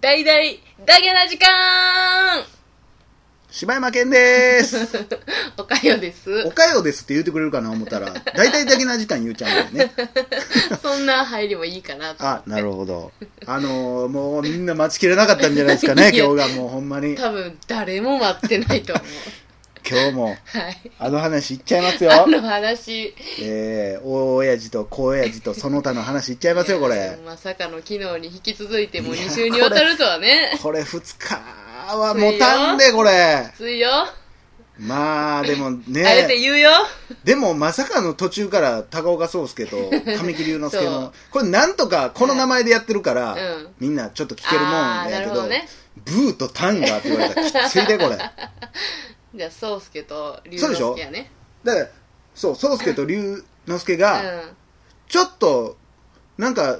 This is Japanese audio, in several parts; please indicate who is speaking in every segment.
Speaker 1: 大々、ダゲな時間
Speaker 2: 柴山健です。
Speaker 1: おかよです
Speaker 2: お。かよですって言ってくれるかな思ったら、大体だけな時間言っちゃうんだ よね。
Speaker 1: そんな入りもいいかなと。
Speaker 2: あ、なるほど。あのーもうみんな待ちきれなかったんじゃないですかね、
Speaker 1: いや
Speaker 2: 今日がもうほんまに。
Speaker 1: 多分、誰も待ってないと思う。
Speaker 2: 今日も、
Speaker 1: はい。
Speaker 2: あの話いっちゃいますよ。
Speaker 1: あの話。
Speaker 2: えー、大親父と小親父とその他の話いっちゃいますよ、これ。
Speaker 1: まさかの昨日に引き続いてもう2週にわたるとはね。
Speaker 2: これ2日は持たんで、これ。
Speaker 1: ついよ。
Speaker 2: まあ、でも
Speaker 1: あえて
Speaker 2: ね、
Speaker 1: 言うよ。
Speaker 2: でもまさかの途中から高岡壮介 と神木隆之介
Speaker 1: そう
Speaker 2: の、これなんとかこの名前でやってるから、
Speaker 1: うん
Speaker 2: みんなちょっと聞けるもん
Speaker 1: あーな
Speaker 2: や
Speaker 1: る
Speaker 2: け
Speaker 1: ほ
Speaker 2: ど、
Speaker 1: どね
Speaker 2: ブーとタンガーって言われたらきついで、 これ。
Speaker 1: じゃあ、宗介と龍之
Speaker 2: そうでしょ
Speaker 1: 介やね。
Speaker 2: だから、そう、壮介と隆之介
Speaker 1: う
Speaker 2: が、
Speaker 1: ん。
Speaker 2: ちょっと、なんか、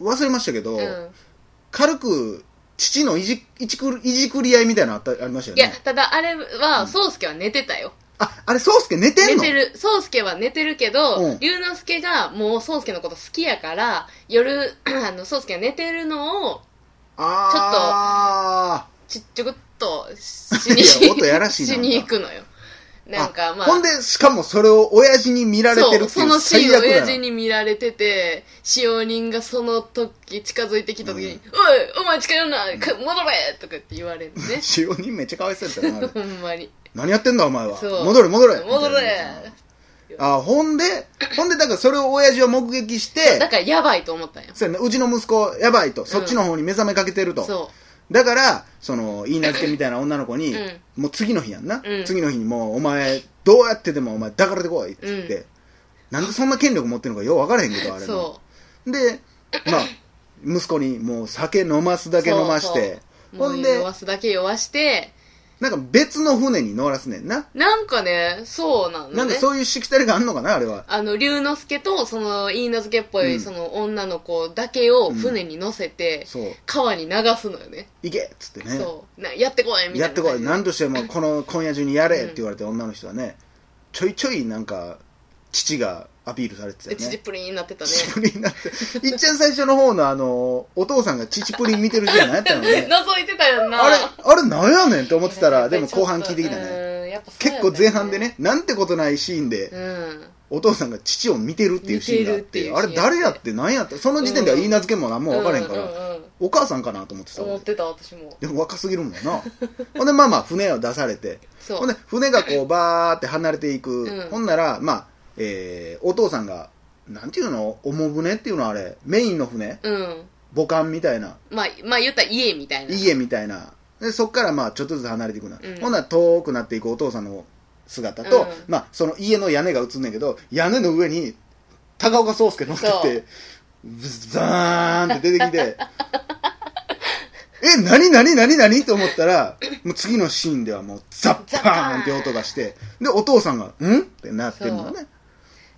Speaker 2: 忘れましたけど、
Speaker 1: うん。
Speaker 2: 軽く父のいじいじくいじくり合いみたいなのあったありましたよ
Speaker 1: いや
Speaker 2: ね、
Speaker 1: ただあれは、宗介は寝てたよ。
Speaker 2: ああれ宗介寝てん
Speaker 1: 寝
Speaker 2: の
Speaker 1: てる。宗介は寝てるけ
Speaker 2: う
Speaker 1: ど
Speaker 2: ん、
Speaker 1: 龍之介がもう宗介のこと好きやから、夜、 あの、宗介が寝てるのを、
Speaker 2: あ
Speaker 1: ちっちゃくっとしに
Speaker 2: いや音やらしいな
Speaker 1: しに行くのよ。なんかまあ、
Speaker 2: ほんでしかもそれを親父に見られてるって
Speaker 1: そ
Speaker 2: い
Speaker 1: そ
Speaker 2: うう
Speaker 1: のシ
Speaker 2: 最
Speaker 1: ーンを
Speaker 2: 悪な
Speaker 1: 親父に見られてて使用人がその時近づいてきた時に「おいお前近寄んなか戻れ!」とかって言われるね
Speaker 2: 使用人めっちゃかわいそうやったよなあれ
Speaker 1: ほんまに
Speaker 2: 何やってんだお前は
Speaker 1: そう
Speaker 2: 戻れ戻れ
Speaker 1: 戻
Speaker 2: みた
Speaker 1: れ
Speaker 2: いなあほんでほんでだからそれを親父は目撃し
Speaker 1: だ
Speaker 2: て
Speaker 1: からやばいと思ったんや
Speaker 2: そうやなうちの息子やばいとそっちの方に目覚めかけてると、
Speaker 1: そ
Speaker 2: だからその言い名付けみたいな女の子に、
Speaker 1: うん
Speaker 2: もう次の日やんな、
Speaker 1: うん
Speaker 2: 次の日にもうお前どうやってでもお前抱かれてこいっつって、なんでそんな権力持ってるのかよう分からへんけどあ
Speaker 1: う
Speaker 2: れ
Speaker 1: そ
Speaker 2: のでまあ息子にもう酒飲ますだけ飲まして
Speaker 1: うも
Speaker 2: ほん
Speaker 1: う
Speaker 2: で
Speaker 1: 酔わすだけ酔わして
Speaker 2: なんか別の船に乗らすねんな、
Speaker 1: なんかねそうなのね
Speaker 2: なんかそういうしきたりがあんのかなあれは
Speaker 1: あの龍之介とそのいいなずけっぽい、
Speaker 2: うん
Speaker 1: その女の子だけを船に乗せて、
Speaker 2: そう
Speaker 1: 川に流すのよね
Speaker 2: 行けっつってね
Speaker 1: そうなやってこいみた
Speaker 2: や
Speaker 1: い
Speaker 2: っ
Speaker 1: な
Speaker 2: て
Speaker 1: 感
Speaker 2: こい
Speaker 1: じで
Speaker 2: 何としてもこの今夜中にやれって言われて女の人はねちょいちょいなんか父がアピールされてた
Speaker 1: で
Speaker 2: よね
Speaker 1: チチプリンになってたね
Speaker 2: チチプリンになっていっちゃん最初の方のあのお父さんがチチプリン見てる時は何やったのね
Speaker 1: 覗いてた よな
Speaker 2: あれあれなんやねんって思
Speaker 1: 思
Speaker 2: ってたらでも後半聞いてきたね
Speaker 1: ね
Speaker 2: 結構前半でねなんてことないシーンで
Speaker 1: うん
Speaker 2: お父さんが父を見てるっていうシーンがあっ
Speaker 1: 見てるってい
Speaker 2: て
Speaker 1: うシーン
Speaker 2: あれ誰やって何やったその時点では言い名付けも何も分からへんか
Speaker 1: う
Speaker 2: ら
Speaker 1: ううん
Speaker 2: お母さんかなと思ってた
Speaker 1: 思
Speaker 2: わ
Speaker 1: ってた私も
Speaker 2: でも若すぎるもんな ほんでまあまあ船を出されて
Speaker 1: そう
Speaker 2: ほんで船がこうバーって離れていく、
Speaker 1: うん
Speaker 2: ほんならまあ、えーお父さんがなんていうの重船っていうのあれメインの船
Speaker 1: うん
Speaker 2: 母艦みたいな
Speaker 1: まあまあ言ったら家みたいな
Speaker 2: 家みたいなでそっからまあちょっとずつ離れていくな、
Speaker 1: うん
Speaker 2: ほんなら遠くなっていくお父さんの姿と、
Speaker 1: うん
Speaker 2: まあその家の屋根が映んねんけど屋根の上に高岡壮介乗ってき
Speaker 1: そう
Speaker 2: てブザーンって出てき てえ何何何何と思ったらもう次のシーンではもうザッパーンって音がしてでお父さんが「ん?」ってなってるのね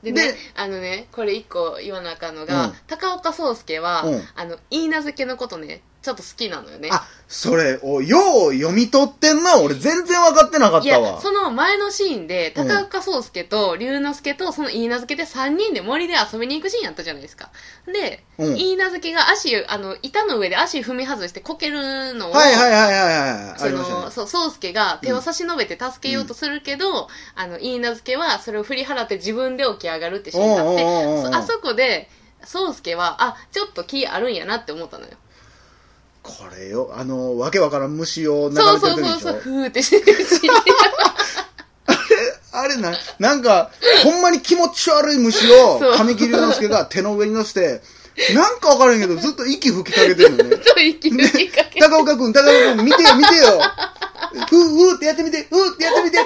Speaker 1: でね
Speaker 2: で
Speaker 1: あのねこれ一個言わなあかんのが、
Speaker 2: うん
Speaker 1: 高岡壮介は、
Speaker 2: うん
Speaker 1: あのいいなずけのことねちょっと好きなのよね
Speaker 2: あそれをよう読み取ってんな俺全然分かってなかっ
Speaker 1: い
Speaker 2: た
Speaker 1: や
Speaker 2: わ
Speaker 1: その前のシーンで
Speaker 2: うん
Speaker 1: 高岡壮介と龍之介とその飯名付けで3人で森で遊びに行くシーンやったじゃないですかで、
Speaker 2: うん
Speaker 1: 飯名付けが足あの板の上で足踏み外してこけるのを、
Speaker 2: はいはいはいはいはい
Speaker 1: そ
Speaker 2: ありましたね
Speaker 1: のそう宗介が手を差し伸べて助けようとするけど、あの飯名付けはそれを振り払って自分で起き上がるってシーンがあって
Speaker 2: おうおうおうおう
Speaker 1: そあそこで宗介はあちょっと気あるんやなって思ったのよ
Speaker 2: これよあのわけわからん虫を眺
Speaker 1: そう
Speaker 2: めて
Speaker 1: そうそ
Speaker 2: る時でし
Speaker 1: う
Speaker 2: ょ
Speaker 1: そうふーってしてるし
Speaker 2: あれななんかほんまに気持ち悪い虫を
Speaker 1: そう
Speaker 2: 神木隆之 介が手の上に乗せてなんかわからへんけどずっと息吹きかけてるのね
Speaker 1: と息抜きかけ て
Speaker 2: 高岡君高岡君見てよ見てよふううーってやってみてうーってやってみて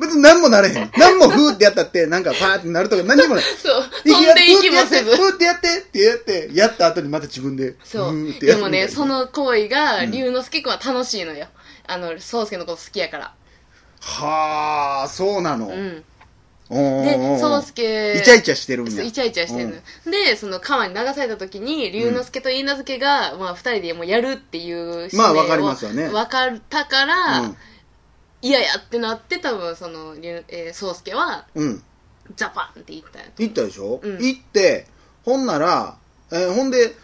Speaker 2: 別に何もなれへん何もふーってやったってなんかパーってなるとか何にもない
Speaker 1: そう 飛んでいきもせず
Speaker 2: ふーってやってふーってやってってやってやった後にまた自分で
Speaker 1: そ
Speaker 2: ふ
Speaker 1: う
Speaker 2: ー。って
Speaker 1: で
Speaker 2: やって
Speaker 1: も
Speaker 2: みたい
Speaker 1: ね、
Speaker 2: な
Speaker 1: その行為が、龍之介くんは楽しいのよ。あの、宗介のこと好きやから。
Speaker 2: はあそうなの、う
Speaker 1: うんん。
Speaker 2: うんうんう
Speaker 1: で、
Speaker 2: ん
Speaker 1: 宗介。
Speaker 2: イチャイチャしてるん
Speaker 1: そ
Speaker 2: や
Speaker 1: うイチャイチャしてんのよ、で、その川に流された時に、龍之介と飯名介が、まあ、二人でもうやるっていう使命を
Speaker 2: まあわかりますよね
Speaker 1: わかったか
Speaker 2: う
Speaker 1: ら、
Speaker 2: ん
Speaker 1: 嫌やってなって、多分、その、龍えー宗介は、
Speaker 2: うん
Speaker 1: ジャパンって言ったんやと
Speaker 2: 行ったでしょ、
Speaker 1: うん
Speaker 2: 行って、ほんなら、えーほんで、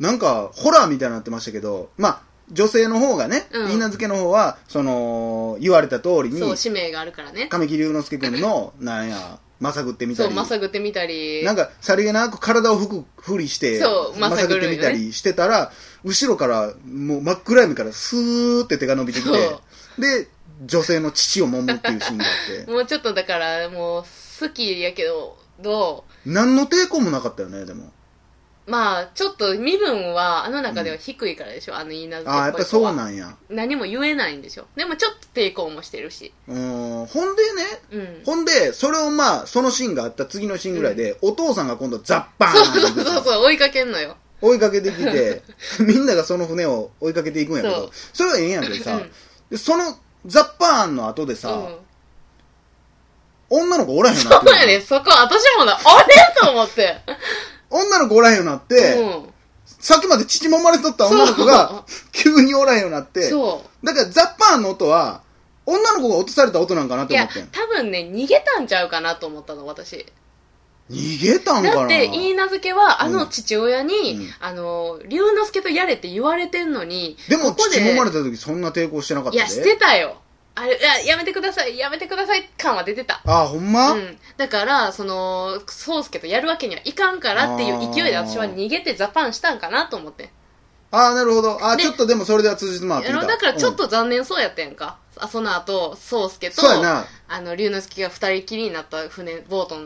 Speaker 2: なんか、ホラーみたいになってましたけど、まあ、女性の方がね、
Speaker 1: うん
Speaker 2: 稲付けの方は、その、言われた通りに、
Speaker 1: そう使命があるからね
Speaker 2: 神木隆之介君の、なんや、まさぐってみた
Speaker 1: そ
Speaker 2: り。
Speaker 1: うまさぐってみたり
Speaker 2: なんか、さりげなく体をふく、ふりして、
Speaker 1: そう
Speaker 2: まさぐってみたりしてたら、後ろから、もう真っ暗闇からスーって手が伸びてきて
Speaker 1: そ、
Speaker 2: で、女性の乳を揉むっていうシーンがあ って、
Speaker 1: もうちょっとだからもう好きやけどど
Speaker 2: 何の抵抗もなかったよね、でも。
Speaker 1: うまあちょっと身分はあの中では低いからでしょ、あの言い名付
Speaker 2: ああ、や
Speaker 1: けっぽい
Speaker 2: っぱり
Speaker 1: 子
Speaker 2: そ
Speaker 1: は
Speaker 2: うなんや。
Speaker 1: 何も言えないんでしょでもちょっと抵抗もしてるし
Speaker 2: うーん、ほんでね、
Speaker 1: うん
Speaker 2: ほんで、それをまあ、そのシーンがあった次のシーンぐらいで、お父さんが今度ザッパー
Speaker 1: そう
Speaker 2: ンっ
Speaker 1: そ
Speaker 2: て
Speaker 1: う
Speaker 2: 行くんです
Speaker 1: そう
Speaker 2: よ
Speaker 1: そう追いかけんのよ
Speaker 2: 追いかけてきて、 みんながその船を追いかけていくんやけ
Speaker 1: そ
Speaker 2: ど
Speaker 1: う、
Speaker 2: それはええんやけど
Speaker 1: う
Speaker 2: さ
Speaker 1: ん、
Speaker 2: でそのザッパーンの後で
Speaker 1: う
Speaker 2: さ、
Speaker 1: ん
Speaker 2: 女の子おらへんようにな
Speaker 1: そ
Speaker 2: って
Speaker 1: う
Speaker 2: る
Speaker 1: やねそこ私もなあれと思 って
Speaker 2: 女の子おらへんようになって、
Speaker 1: うん
Speaker 2: さっきまで乳もまれとった女の子が、急におらへんようになって、
Speaker 1: そ
Speaker 2: だからザッパーンの音は、女の子が落とされた音なんかなっ
Speaker 1: うい
Speaker 2: て思
Speaker 1: や
Speaker 2: ってん。
Speaker 1: 多分ね逃げたんちゃうかなと思ったの私
Speaker 2: 逃げたんかな
Speaker 1: だって、いいなずけは、あの父親に、
Speaker 2: うん
Speaker 1: あの、龍之介とやれって言われてんのに、
Speaker 2: でも、
Speaker 1: ここ
Speaker 2: 乳もまれ
Speaker 1: で、
Speaker 2: た時そんな抵抗してなかっ
Speaker 1: い
Speaker 2: たで。
Speaker 1: や、してたよ。あれ、いや、やめてください、やめてください感は出てた。
Speaker 2: ああ、ほんま、
Speaker 1: うん。だから、その、宗介とやるわけにはいかんからっていう勢いで
Speaker 2: あー
Speaker 1: 私は逃げてザパンしたんかなと思って。
Speaker 2: ああ、なるほど。ああ、
Speaker 1: で
Speaker 2: ちょっとでもそれでは通じてまって
Speaker 1: あ
Speaker 2: きた。
Speaker 1: のだからちょっ
Speaker 2: うん、
Speaker 1: と残念そうやったやんか。あその後、宗介と、
Speaker 2: そうやな。
Speaker 1: あの、龍之介が二人きりになった船、ボート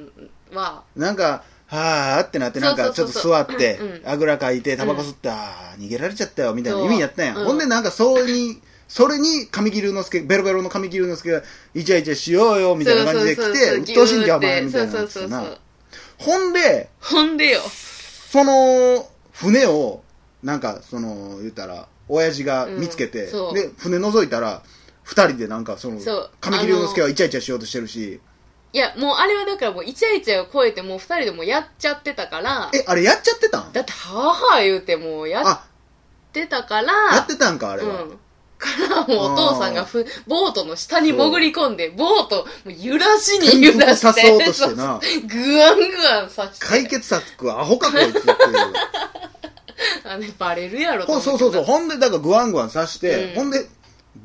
Speaker 1: は、
Speaker 2: なんか、はあってなって、なんかち
Speaker 1: そ
Speaker 2: ょ
Speaker 1: う
Speaker 2: っ
Speaker 1: そうそう
Speaker 2: と
Speaker 1: そう
Speaker 2: 座って
Speaker 1: うんう、ん
Speaker 2: あぐらかいて、タバコ吸って、ああ、逃げられちゃったよ、みたいな
Speaker 1: そう
Speaker 2: 意味やったやん。
Speaker 1: うん
Speaker 2: ほんで、なんかそうに、それに、神木隆之介、ベロベロの神木隆之介が、イチャイチャしようよ、みたいな感じで来
Speaker 1: そうそう
Speaker 2: て、
Speaker 1: そう
Speaker 2: 鬱陶しいんじゃん、お前、
Speaker 1: ギュー
Speaker 2: み
Speaker 1: って
Speaker 2: たいな
Speaker 1: そ
Speaker 2: や
Speaker 1: うそ
Speaker 2: つ
Speaker 1: うそうそ
Speaker 2: な
Speaker 1: う。。
Speaker 2: ほんで、
Speaker 1: ほんでよ。
Speaker 2: その、船を、なんか、その、言ったら、親父が見つけて、
Speaker 1: うんそう
Speaker 2: で、船覗いたら、二人でなんか、その、
Speaker 1: そう
Speaker 2: 神木隆之介はイチャイチャしようとしてるし、
Speaker 1: いや、もうあれはだからもうイチャイチャを超えてもう二人でもうやっちゃってたから、
Speaker 2: え、あれやっちゃってたん
Speaker 1: だってはぁはぁ言うてもうやっ
Speaker 2: あ、
Speaker 1: てたから、
Speaker 2: やってたんか、あれ
Speaker 1: う
Speaker 2: は。
Speaker 1: ん。からもうお父さんがふ、ボートの下に潜り込んで、ボート、もう揺らしに揺らして。
Speaker 2: 転覆さそうとしてな
Speaker 1: そうぐわんぐわんさして。
Speaker 2: 解決策はアホかこい つっていう
Speaker 1: あのバレるやろと
Speaker 2: ほ
Speaker 1: 思
Speaker 2: ん
Speaker 1: って
Speaker 2: そうそうそうほんでだからグワングワン刺し
Speaker 1: う
Speaker 2: て、
Speaker 1: ん
Speaker 2: ほんで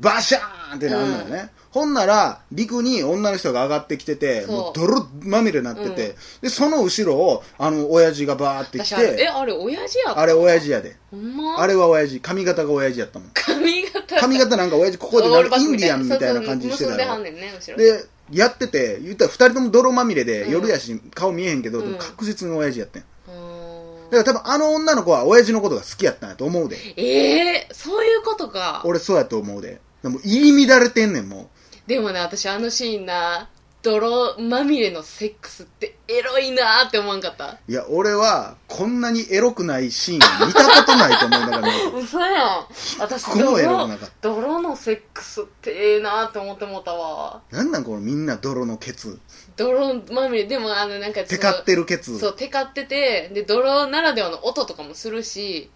Speaker 2: バシャーンってなるのよね、ほんなら陸に女の人が上がってきてて
Speaker 1: そう
Speaker 2: もう泥まみれになってて、でその後ろをあの親父がバーって来
Speaker 1: 私あれ、え、
Speaker 2: て
Speaker 1: あれ親父やった
Speaker 2: あれ親父やで
Speaker 1: ほんま
Speaker 2: あれは親父髪型が親父やったもん
Speaker 1: 髪型。
Speaker 2: 髪型なんか親父ここで
Speaker 1: オ
Speaker 2: な
Speaker 1: ー
Speaker 2: ん
Speaker 1: ルバ
Speaker 2: か
Speaker 1: ッ
Speaker 2: イ
Speaker 1: ク
Speaker 2: ン
Speaker 1: み
Speaker 2: ディ
Speaker 1: た
Speaker 2: ア
Speaker 1: いな
Speaker 2: ンみたいな感じして
Speaker 1: そうそう結
Speaker 2: た
Speaker 1: んでは
Speaker 2: よ
Speaker 1: んねんね、後ろ。
Speaker 2: でやってて言ったら二人とも泥まみれで、
Speaker 1: うん
Speaker 2: 夜やし顔見えへんけど、
Speaker 1: うん
Speaker 2: 確実に親父やってん
Speaker 1: うーん
Speaker 2: だから多分あの女の子は親父のことが好きやったんやと思うで
Speaker 1: ええそういうことか。
Speaker 2: 俺そうやと思うで。でも入り乱れてんねん、も
Speaker 1: でもね、私あのシーンな、泥まみれのセックスってエロいなーって思わんかった。
Speaker 2: う。いや、俺は、こんなにエロくないシーン見たことないと思いながら見て
Speaker 1: 嘘やん。私
Speaker 2: このエロくなかっ
Speaker 1: 泥のセックスってええなーって思ってもうたわ。
Speaker 2: なんなんこのみんな泥のケツ。
Speaker 1: 泥まみれ、でもあのなんかその
Speaker 2: テカってるケツ。
Speaker 1: そう、テカってて、で、泥ならではの音とかもするし、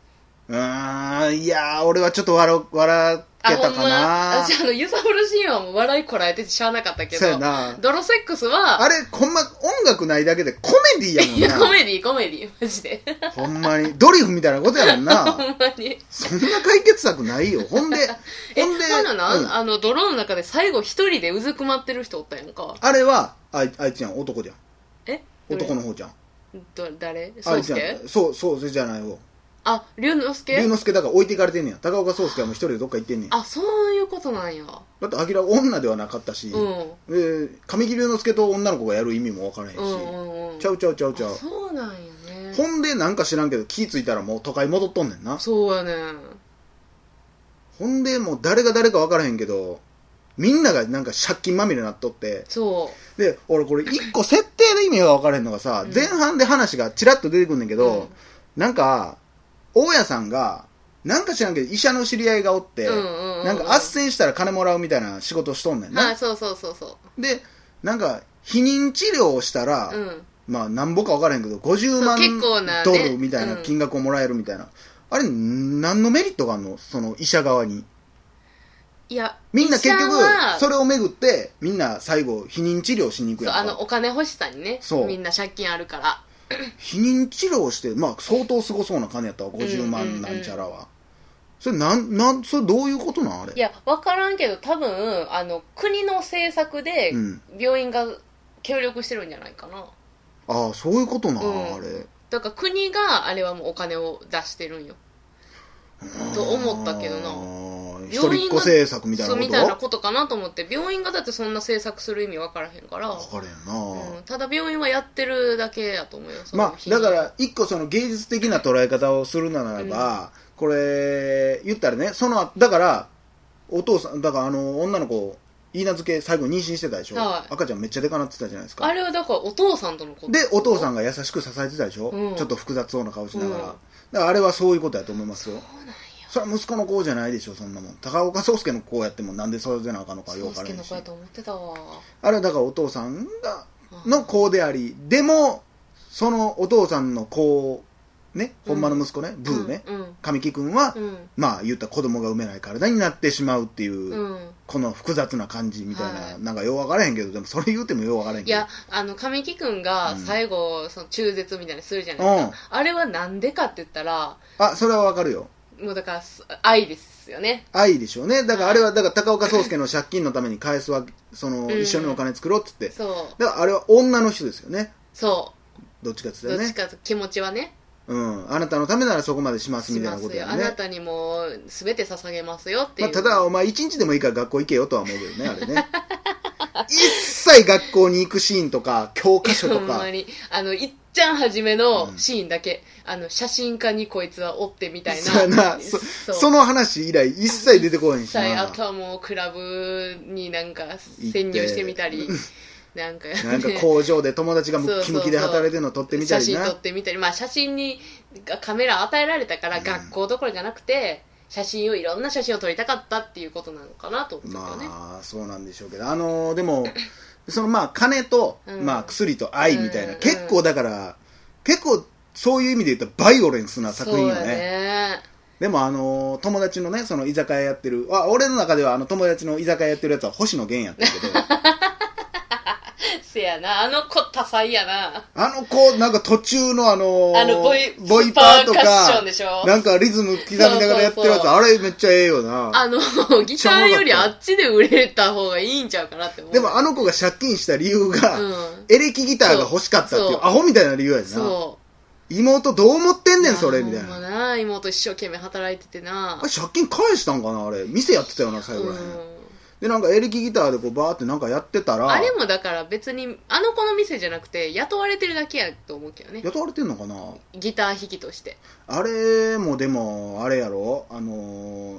Speaker 2: うーん、いやー、俺はちょっと笑う、笑って
Speaker 1: あ、ほ
Speaker 2: た
Speaker 1: ん
Speaker 2: かな
Speaker 1: ま、私あの、揺さぶるシーンはもう笑いこらえててしゃあなかったけ
Speaker 2: そうや
Speaker 1: ど、
Speaker 2: な。
Speaker 1: 泥セックスは、
Speaker 2: あれ、ほんま、音楽ないだけでコメディ
Speaker 1: いや、
Speaker 2: や
Speaker 1: コ
Speaker 2: もん
Speaker 1: メディコメディマジで。
Speaker 2: な。ほんまに。ドリフみたいなことやもん
Speaker 1: ほ
Speaker 2: な。
Speaker 1: んまに。
Speaker 2: そんな解決策ないよ。ほんで、
Speaker 1: え、
Speaker 2: ほんで、
Speaker 1: そうなの、
Speaker 2: うん
Speaker 1: あの、泥の中で最後一人でうずくまってる人おったやんか。
Speaker 2: あれは、あいあいつやん、男じゃん。
Speaker 1: え
Speaker 2: 男の方じゃん。
Speaker 1: ど誰
Speaker 2: あ
Speaker 1: 宗
Speaker 2: いつや
Speaker 1: 介
Speaker 2: ん。そう、そう、それじゃないよ。
Speaker 1: あ、龍之介
Speaker 2: 龍之介だから置いていかれてんねや高岡壮介はもう一人でどっか行ってんねんだ
Speaker 1: あ、そういうことなんや。
Speaker 2: って明らか女ではなかったし、
Speaker 1: うん。
Speaker 2: で神木隆之介と女の子がやる意味も分からへんし、
Speaker 1: うんうんうん。
Speaker 2: ちゃうちゃうちゃうちゃ
Speaker 1: あ
Speaker 2: う
Speaker 1: そうなんやね。
Speaker 2: ほんでなんか知らんけど気ぃついたらもう都会戻っとんねんな
Speaker 1: そうやね。
Speaker 2: ほんでもう誰が誰か分からへんけどみんながなんか借金まみれになっとって
Speaker 1: そ
Speaker 2: で俺これ一個設定で意味が分からへんのがさ、
Speaker 1: うん
Speaker 2: 前半で話がチラッと出てくんねんけど、なんか大家さんがなんか知らんけど医者の知り合いがおって、
Speaker 1: う。うんうんうん。
Speaker 2: なんか斡旋したら金もらうみたいな仕事しとんねん
Speaker 1: あ、
Speaker 2: な。
Speaker 1: そうそうそうそ
Speaker 2: で、なんか、避妊治療をしたら、
Speaker 1: う。うん。
Speaker 2: まあ、なんぼかわからへんけど、50
Speaker 1: そう結構なね
Speaker 2: 万ドルみたいな
Speaker 1: うん
Speaker 2: 金額をもらえるみたいな。あれ、ん何のメリットがあんのその医者側に。
Speaker 1: いや、
Speaker 2: みんな結
Speaker 1: 医
Speaker 2: 局
Speaker 1: 者は、
Speaker 2: それをめぐって、みんな最後、避妊治療しに行く
Speaker 1: そう、
Speaker 2: や
Speaker 1: あ
Speaker 2: ん
Speaker 1: の、
Speaker 2: か。
Speaker 1: お金欲しさにね
Speaker 2: そう、
Speaker 1: みんな借金あるから。
Speaker 2: 避妊治療して、まあ、相当すごそうな金やったわ、50
Speaker 1: うんうんう
Speaker 2: 万
Speaker 1: ん
Speaker 2: なんちゃらは。それ、なん、なん、それどういうことなんあ
Speaker 1: い
Speaker 2: れ。
Speaker 1: や、わからんけど、多分、あの、国の政策で
Speaker 2: うん、
Speaker 1: 病院が協力してるんじゃないかな。
Speaker 2: ああ、そういうことなん、
Speaker 1: うん
Speaker 2: あれ。
Speaker 1: だから国が、あれはもうお金を出してるんよ。と思ったけどな
Speaker 2: あー一人っ子政策みたい
Speaker 1: そう、
Speaker 2: な
Speaker 1: みたいな
Speaker 2: こ
Speaker 1: ことかなと思って、病院がだってそんな政策する意味わからへんから。
Speaker 2: と分かれんな、
Speaker 1: うん、ただ病院はやってるだけやと思うよ。その
Speaker 2: まあ
Speaker 1: 日
Speaker 2: だから一個その芸術的な捉え方をするならば、これ言ったらねそのだからお父さんだからあの女の子言い名付け最後妊娠してたでしょ、
Speaker 1: はい
Speaker 2: 赤ちゃんめっちゃでかなってたじゃないですか
Speaker 1: あれはだからお父さんとのこと。
Speaker 2: でお父さんが優しく支えてたでしょ、
Speaker 1: うん
Speaker 2: ちょっと複雑そうな顔しながら、
Speaker 1: うん
Speaker 2: だからあれはそういうことやと思いますよ
Speaker 1: そうなんや。
Speaker 2: それは息子の子じゃないでしょそんなもん高岡壮介の子やってもなんで育てなあかんのかよ
Speaker 1: 宗
Speaker 2: うわから
Speaker 1: 介
Speaker 2: へん
Speaker 1: の
Speaker 2: し
Speaker 1: 子やと思ってたわ。
Speaker 2: あれはだからお父さんがの子でありでもそのお父さんの子ね
Speaker 1: うん
Speaker 2: ほんまの息子ね、ブーね、
Speaker 1: うん。
Speaker 2: 神木君は、
Speaker 1: うん。
Speaker 2: まあ言ったら子供が産めない体になってしまうっていう、
Speaker 1: うん。うん
Speaker 2: この複雑な感じみたいな、
Speaker 1: はい
Speaker 2: なんかよう分からへんけどでもそれ言うてもよう分からへん
Speaker 1: い
Speaker 2: けど
Speaker 1: や、あの、神木くんが最後、その中絶みたいにするじゃ
Speaker 2: う
Speaker 1: ない
Speaker 2: ん
Speaker 1: あれはなんでかって言ったら、
Speaker 2: あそれは分かるよ
Speaker 1: もうだから、す愛ですよね。
Speaker 2: 愛でしょうねだからあれはだから高岡壮介の借金のために返すわけその、
Speaker 1: うん
Speaker 2: 一緒にお金作ろうっつって
Speaker 1: そう。
Speaker 2: だからあれは女の人ですよね
Speaker 1: そ
Speaker 2: どっちかっつ
Speaker 1: う。
Speaker 2: った
Speaker 1: ど
Speaker 2: ら
Speaker 1: っち
Speaker 2: ね
Speaker 1: かと気持ちはね、
Speaker 2: うんあなたのためならそこまでします
Speaker 1: し
Speaker 2: みたい
Speaker 1: ま
Speaker 2: なこと
Speaker 1: すよ。
Speaker 2: や
Speaker 1: あ
Speaker 2: ね
Speaker 1: なたにも全て捧げますよってい
Speaker 2: まあ、
Speaker 1: う。
Speaker 2: ただ、お前一日でもいいから学校行けよとは思うけどね、あれね。一切学校に行くシーンとか、教科 書
Speaker 1: ほ
Speaker 2: と
Speaker 1: ん
Speaker 2: か
Speaker 1: ま、に。あの、いっちゃんはじめのシーンだけ、あの、写真家にこいつはおってみたい
Speaker 2: そうや
Speaker 1: な。
Speaker 2: なそ
Speaker 1: そう
Speaker 2: その話以来一切出てこへんし
Speaker 1: さえあ
Speaker 2: な
Speaker 1: と。はもうクラブになんか潜入してみたり、なんか、
Speaker 2: なんか
Speaker 1: ね
Speaker 2: 工場で友達がムッキムキで
Speaker 1: そうそうそう
Speaker 2: 働いてるの撮ってみた
Speaker 1: 写
Speaker 2: り
Speaker 1: 真撮
Speaker 2: な
Speaker 1: っ。てみたり、まあ写真にカメラ与えられたから学校どころじゃなくて、写真をいろんな写真を撮りたかったっていうことなのかなと思ったね。
Speaker 2: まあ、そうなんでしょうけど。あのー、でも、そのまあ、金と、
Speaker 1: うん
Speaker 2: まあ、薬と愛みたいな、
Speaker 1: うん
Speaker 2: 結構だから、結構そういう意味で言ったらバイオレンスな作
Speaker 1: そう
Speaker 2: 品よ
Speaker 1: やね。
Speaker 2: でもあのー友達のねその居酒屋やってるあ俺の中ではあの友達の居酒屋やってるやつは星野源やったけど
Speaker 1: せやな、あの子多彩やな。
Speaker 2: あの子なんか途中のあのー
Speaker 1: あのボイ
Speaker 2: ボイパーと
Speaker 1: スーパーカッショ
Speaker 2: か
Speaker 1: ンでしょ
Speaker 2: なんかリズム刻みながらやってるやつ
Speaker 1: そうそうそう
Speaker 2: あれめっちゃええよな
Speaker 1: あの、 ギターよりあっちで売れた方がいいんちゃうかなって思う。
Speaker 2: でもあの子が借金した理由が、
Speaker 1: うん
Speaker 2: エレキギターが欲しかったってい
Speaker 1: そうう
Speaker 2: アホみたいな理由やんな
Speaker 1: そう。
Speaker 2: 妹どう思ってんねんそれ
Speaker 1: あ
Speaker 2: みたい
Speaker 1: ほん
Speaker 2: な
Speaker 1: まな妹一生懸命働いててな
Speaker 2: あれ借金返したんかなあれ店やってたよな最後らへん、
Speaker 1: うん
Speaker 2: でなんかエレキギターでこうバーってなんかやってたら
Speaker 1: あれもだから別にあの子の店じゃなくて雇われてるだけやと思うけどね
Speaker 2: 雇われてんのかな
Speaker 1: ギター弾きとして
Speaker 2: あれもでも、あれやろあのー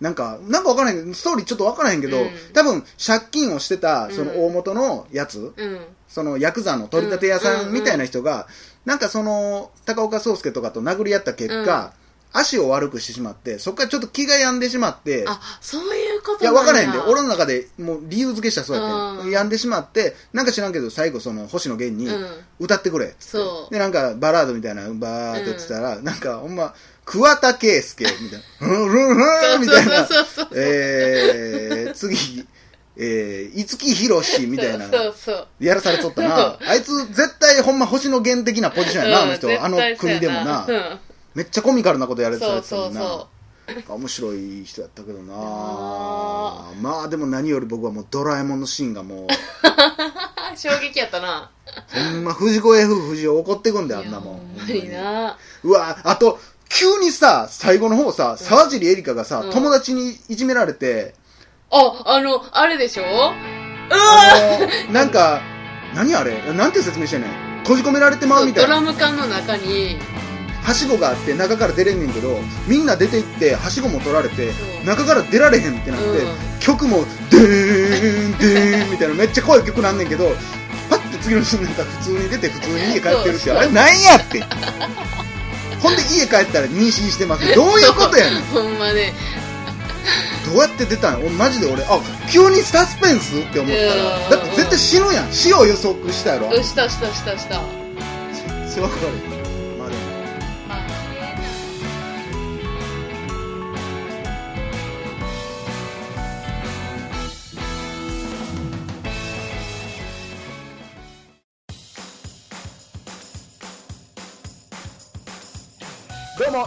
Speaker 2: なんか、なんかわからへんけど、ストーリーちょっとわからへんけど、
Speaker 1: うん
Speaker 2: 多分、借金をしてた、
Speaker 1: ん
Speaker 2: その大元のやつ、
Speaker 1: うん
Speaker 2: そのヤクザの取り立て屋さんみたいな人が、なんかその、高岡壮介とかと殴り合った結果、足を悪くしてしまって、そこからちょっと気が病んでしまって、
Speaker 1: あそういうこと
Speaker 2: いや、わからへんで、俺
Speaker 1: の
Speaker 2: の中でもう理由付けしたらそうやって、
Speaker 1: うん
Speaker 2: 病んでしまって、なんか知らんけど、最後その、星野源に、
Speaker 1: うん
Speaker 2: 歌ってくれっつって
Speaker 1: そう
Speaker 2: でなんかバラードみたいなのバーって言ってたら、なんかほんま桑田佳祐みたい な「ふんふんふん」みたいな
Speaker 1: そうそうそうそう
Speaker 2: えー、次、えー、五木ひろしみたいな
Speaker 1: そうそう
Speaker 2: やらされとったなあいつ絶対ほんま星野源的なポジションやな、あの人
Speaker 1: うん
Speaker 2: あの
Speaker 1: 絶対そう
Speaker 2: 国
Speaker 1: や
Speaker 2: でもな、
Speaker 1: うん
Speaker 2: めっちゃコミカルなことやらさ
Speaker 1: そ
Speaker 2: れ
Speaker 1: う
Speaker 2: てた
Speaker 1: そ
Speaker 2: も
Speaker 1: うん
Speaker 2: な
Speaker 1: そ
Speaker 2: なんか面白い人やったけどな
Speaker 1: あ
Speaker 2: まあでも何より僕はもうドラえもんのシーンがもう
Speaker 1: う 衝撃やったな
Speaker 2: ほんま藤子 F 不二雄怒ってくんだよあんなもん
Speaker 1: ほんまにな
Speaker 2: うわ、あと、急にさ、最後の方さ、沢尻エリカがさ、
Speaker 1: うん
Speaker 2: 友達にいじめられて、
Speaker 1: ああのあれでしょ
Speaker 2: あのなんか、何あれなんて説明してんねん。閉じ込められてまうみた
Speaker 1: ド
Speaker 2: い
Speaker 1: ラ
Speaker 2: な。
Speaker 1: ム缶の中に
Speaker 2: はしごがあって、中から出れんねんけど、みんな出て行って、はしごも取られて、
Speaker 1: うん
Speaker 2: 中から出られへんってなって、
Speaker 1: う
Speaker 2: 曲も、でーん、でーん、みたいな、めっちゃ怖い曲なんねんけど、パッて次の日になんか普通に出て、普通に家帰ってるって、
Speaker 1: そう
Speaker 2: あれなんやって。ほんで家帰ったら妊娠してます。どういうことやねん。
Speaker 1: ほんまね
Speaker 2: どうやって出たん俺マジで俺あ急にサスペンスって思ったら
Speaker 1: うん
Speaker 2: だって絶対死ぬやん死を予測したやろ
Speaker 1: うんしたしたしたした
Speaker 2: 全然わかるまあでも
Speaker 1: あ綺麗な
Speaker 2: どうも、